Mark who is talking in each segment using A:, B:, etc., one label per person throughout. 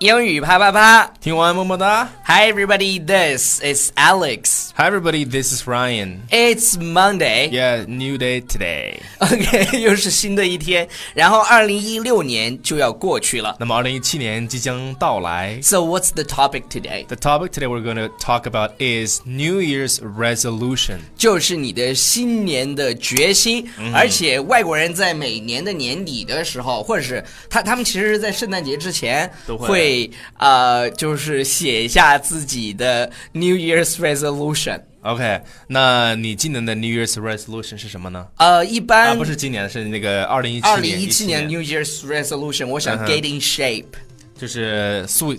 A: 英语啪啪啪
B: 听完么么哒。
A: ！Hi everybody, this is Alex.
B: Hi everybody, this is Ryan.
A: It's Monday.
B: Yeah, new day today.
A: OK，又是新的一天，然后二零一六年就要过去了。
B: 那么二零一七年即将到来。
A: So what's the topic today？
B: The topic today we're going to talk about is New Year's resolution.
A: 就是你的新年的决心。
B: 嗯
A: 而且外国人在每年的年底的时候，或者是他他们其实是在圣诞节之前
B: 都会
A: 会呃，就是写一下自己的 New Year's resolution。
B: OK，那你今年的 New Year's resolution 是什么呢？
A: 呃，一
B: 啊，
A: 般
B: 不是今年，是那个二零一七年。
A: 二零一七年
B: 17
A: New Year's resolution，我想
B: 嗯哼
A: get in shape。
B: 就是塑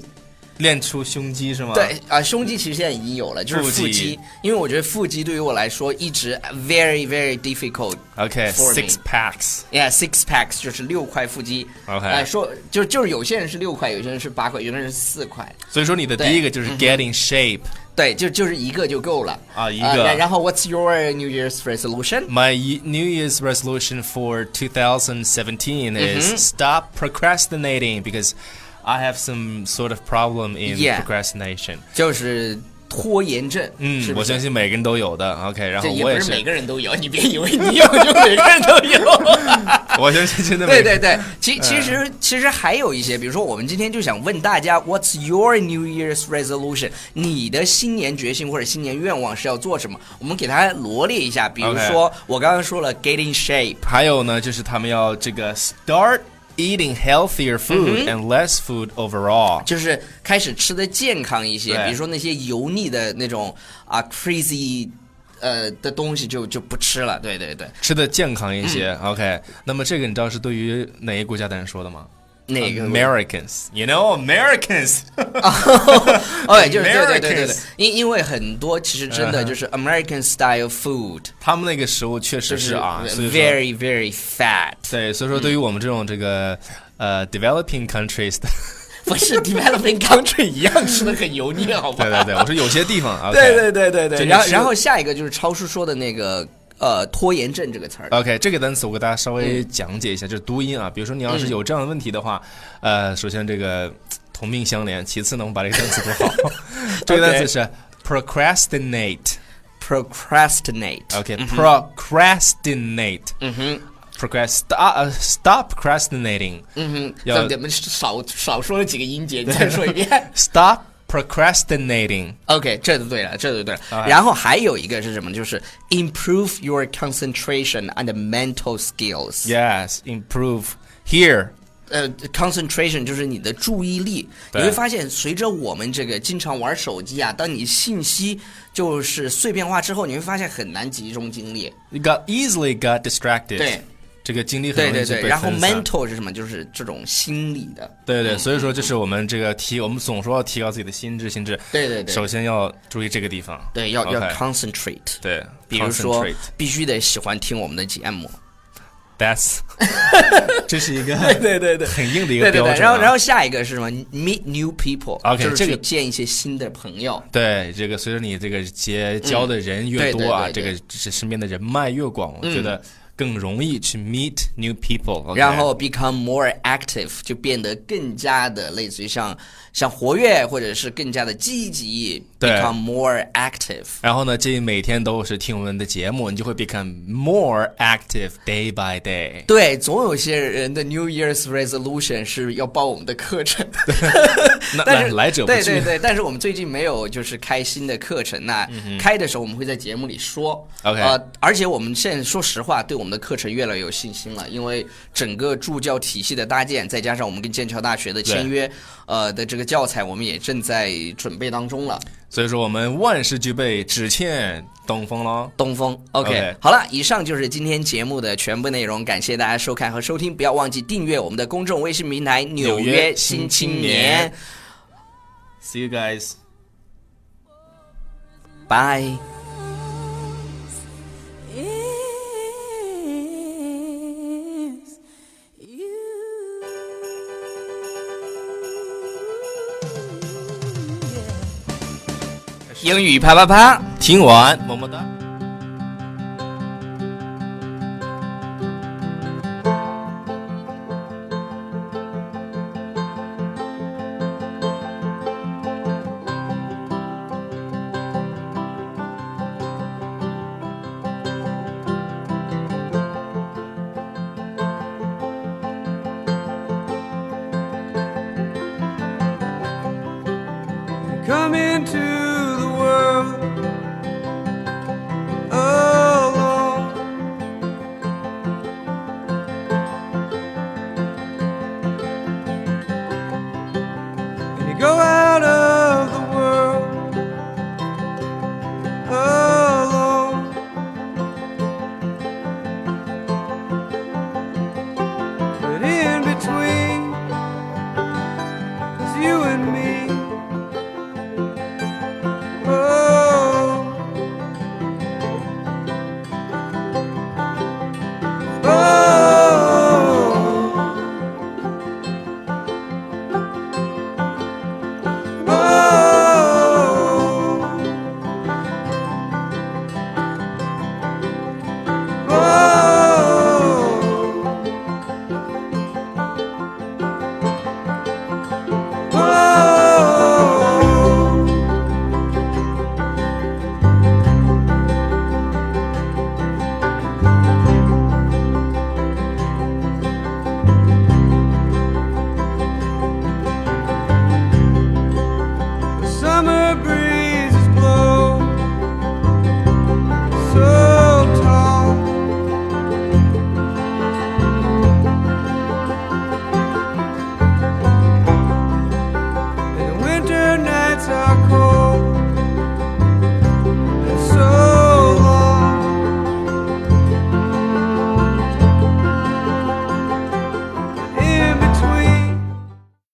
B: 练出胸肌是吗？
A: 对啊、胸肌其实现在已经有了，就是
B: 腹
A: 腹
B: 肌
A: 肌，因为我觉得腹肌对于我来说一直 very very difficult。For
B: ，OK，six、
A: me
B: packs。
A: Yeah, six packs 就是六块腹肌。
B: OK
A: 哎说就就是有些人是六块，有些人是八块，有些人是四块。
B: 所以说你的
A: 对嗯
B: 第一个就是 get in shape。
A: 对，就就是一个就够了
B: 啊一
A: 呃
B: 个嗯
A: 然然后 What's your New Year's resolution？
B: My ye- New Year's resolution for 2017
A: Mm-hmm.
B: is stop procrastinating because I have some sort of problem in
A: Yeah.
B: procrastination.
A: 就是拖延症。
B: 嗯，
A: 是不
B: 我
A: 是
B: 相信每个人都有的。OK，然
A: 这
B: 后
A: 也
B: 我
A: 不
B: 也
A: 是每个人都有，你别以为你有就每个人都有。
B: 我相信真的
A: 对
B: 每
A: 对 对，其其实其实还有一些，比如说我们今天就想问大家，What's your New Year's resolution？你的新年决心或者新年愿望是要做什么？我们给它罗列一下，比如
B: OK
A: 说我刚刚说了 get in shape，
B: 还有呢，就是他们要这个 start eating
A: Mm-hmm.
B: healthier food and less food overall。
A: 就是开始吃的健康一些，
B: 对
A: 比如说那些油腻的那种啊 crazy 呃的东西就就不吃了。对对对，
B: 吃的健康一些、o
A: Mm.
B: k 那么这个你知道是对于哪一国家的人说的吗
A: 那
B: 呃
A: 个
B: ？Americans，you know Americans 。
A: 哦，对就是对对对对对
B: Americans，嗯
A: 因因为很多其实真的就是 American style food，
B: 他们那个食物确实
A: 就是
B: 啊，所以说
A: very very fat。
B: 对，所以说对于我们这种这个、呃 developing countries 的，
A: 不是 developing country 一样吃的很油腻，好吧？
B: 对对 对，我说有些地方啊，OK，
A: 对对对对对
B: 就你
A: 然后
B: 吃
A: 然后下一个就是超叔说的那个呃拖延症这个词儿，
B: OK，这个单词我给大家稍微讲解一
A: 嗯
B: 下，就是读音啊。比如说你要是有这样的问题的话，呃，首先这个嘖同病相怜，其次呢，我们把这个单词 读好。这个单词是 procrastinate。
A: procrastinate。
B: OK，procrastinate。嗯哼。Procrast uh, stop procrastinating.
A: 嗯哼，
B: 要
A: 咱们少少说了几个音节，你再说一遍。
B: Stop procrastinating.
A: OK，这就对了，这就对了。
B: 哎
A: 然后还有一个是什么？就是 improve your concentration and mental skills。
B: Yes, improve here.
A: 呃，concentration 就是你的注意力。你
B: 对
A: 会发现，随着我们这个经常玩手机啊，当你信息就是碎片化之后，你会发现很难集中精力。
B: You got easily got distracted.
A: 对
B: 这个精力很
A: 对
B: 容易
A: 对
B: 就被
A: 对，然后
B: 分散
A: mental 嗯是什么？就是这种心理的。
B: 对对，所以说就是我们这个提，我们总说要提高自己的心智，心智。
A: 对对对
B: 首先要注意这个地方。
A: 对，要要
B: OK，
A: concentrate。
B: 对，
A: 比如说
B: concentrate，
A: 必须得喜欢听我们的节 目。
B: that's，这是一个
A: 对对对
B: 很硬的
A: 对
B: 一
A: 对
B: 个标准
A: 对，
B: 啊。
A: 然后然后下一个是什么？meet new people，
B: OK，
A: 就是
B: 这
A: 去
B: 个
A: 见一些新的朋友。
B: 对这个，随着你这个结交的人越多啊，
A: 嗯对
B: 这
A: 对对嗯
B: 个这身边的人脉越广，我觉得更容易去 meet new people。
A: 然后 become more active 就变得更加的类似于像像活跃或者是更加的积极
B: 对
A: ，become more active。
B: 然后呢，这每天都是听我们的节目，你就会 become more active day by day。
A: 对，总有些人的 New Year's resolution 是要报我们的课程，
B: 那
A: 但
B: 来
A: 是
B: 来者不
A: 对对
B: 拒。
A: 对，但是我们最近没有就是开新的课程，那开的时候我们会在节目里说。
B: 嗯 OK
A: 呃，而且我们现在说实话，对我们的课程越来越有信心了，因为整个助教体系的搭建，再加上我们跟剑桥大学的签
B: 对
A: 约，呃的这个教材，我们也正在准备当中了。
B: 所以说我们万事俱备，只欠东风喽。
A: 东风，OK，,
B: OK
A: 好了，以上就是今天节目的全部内容，感谢大家收看和收听，不要忘记订阅我们的公众微信平台《纽约新青年
B: See you guys.》
A: ，Bye。
C: is you. Yeah.
A: 英语啪啪啪。
B: 听完么么哒。
D: come into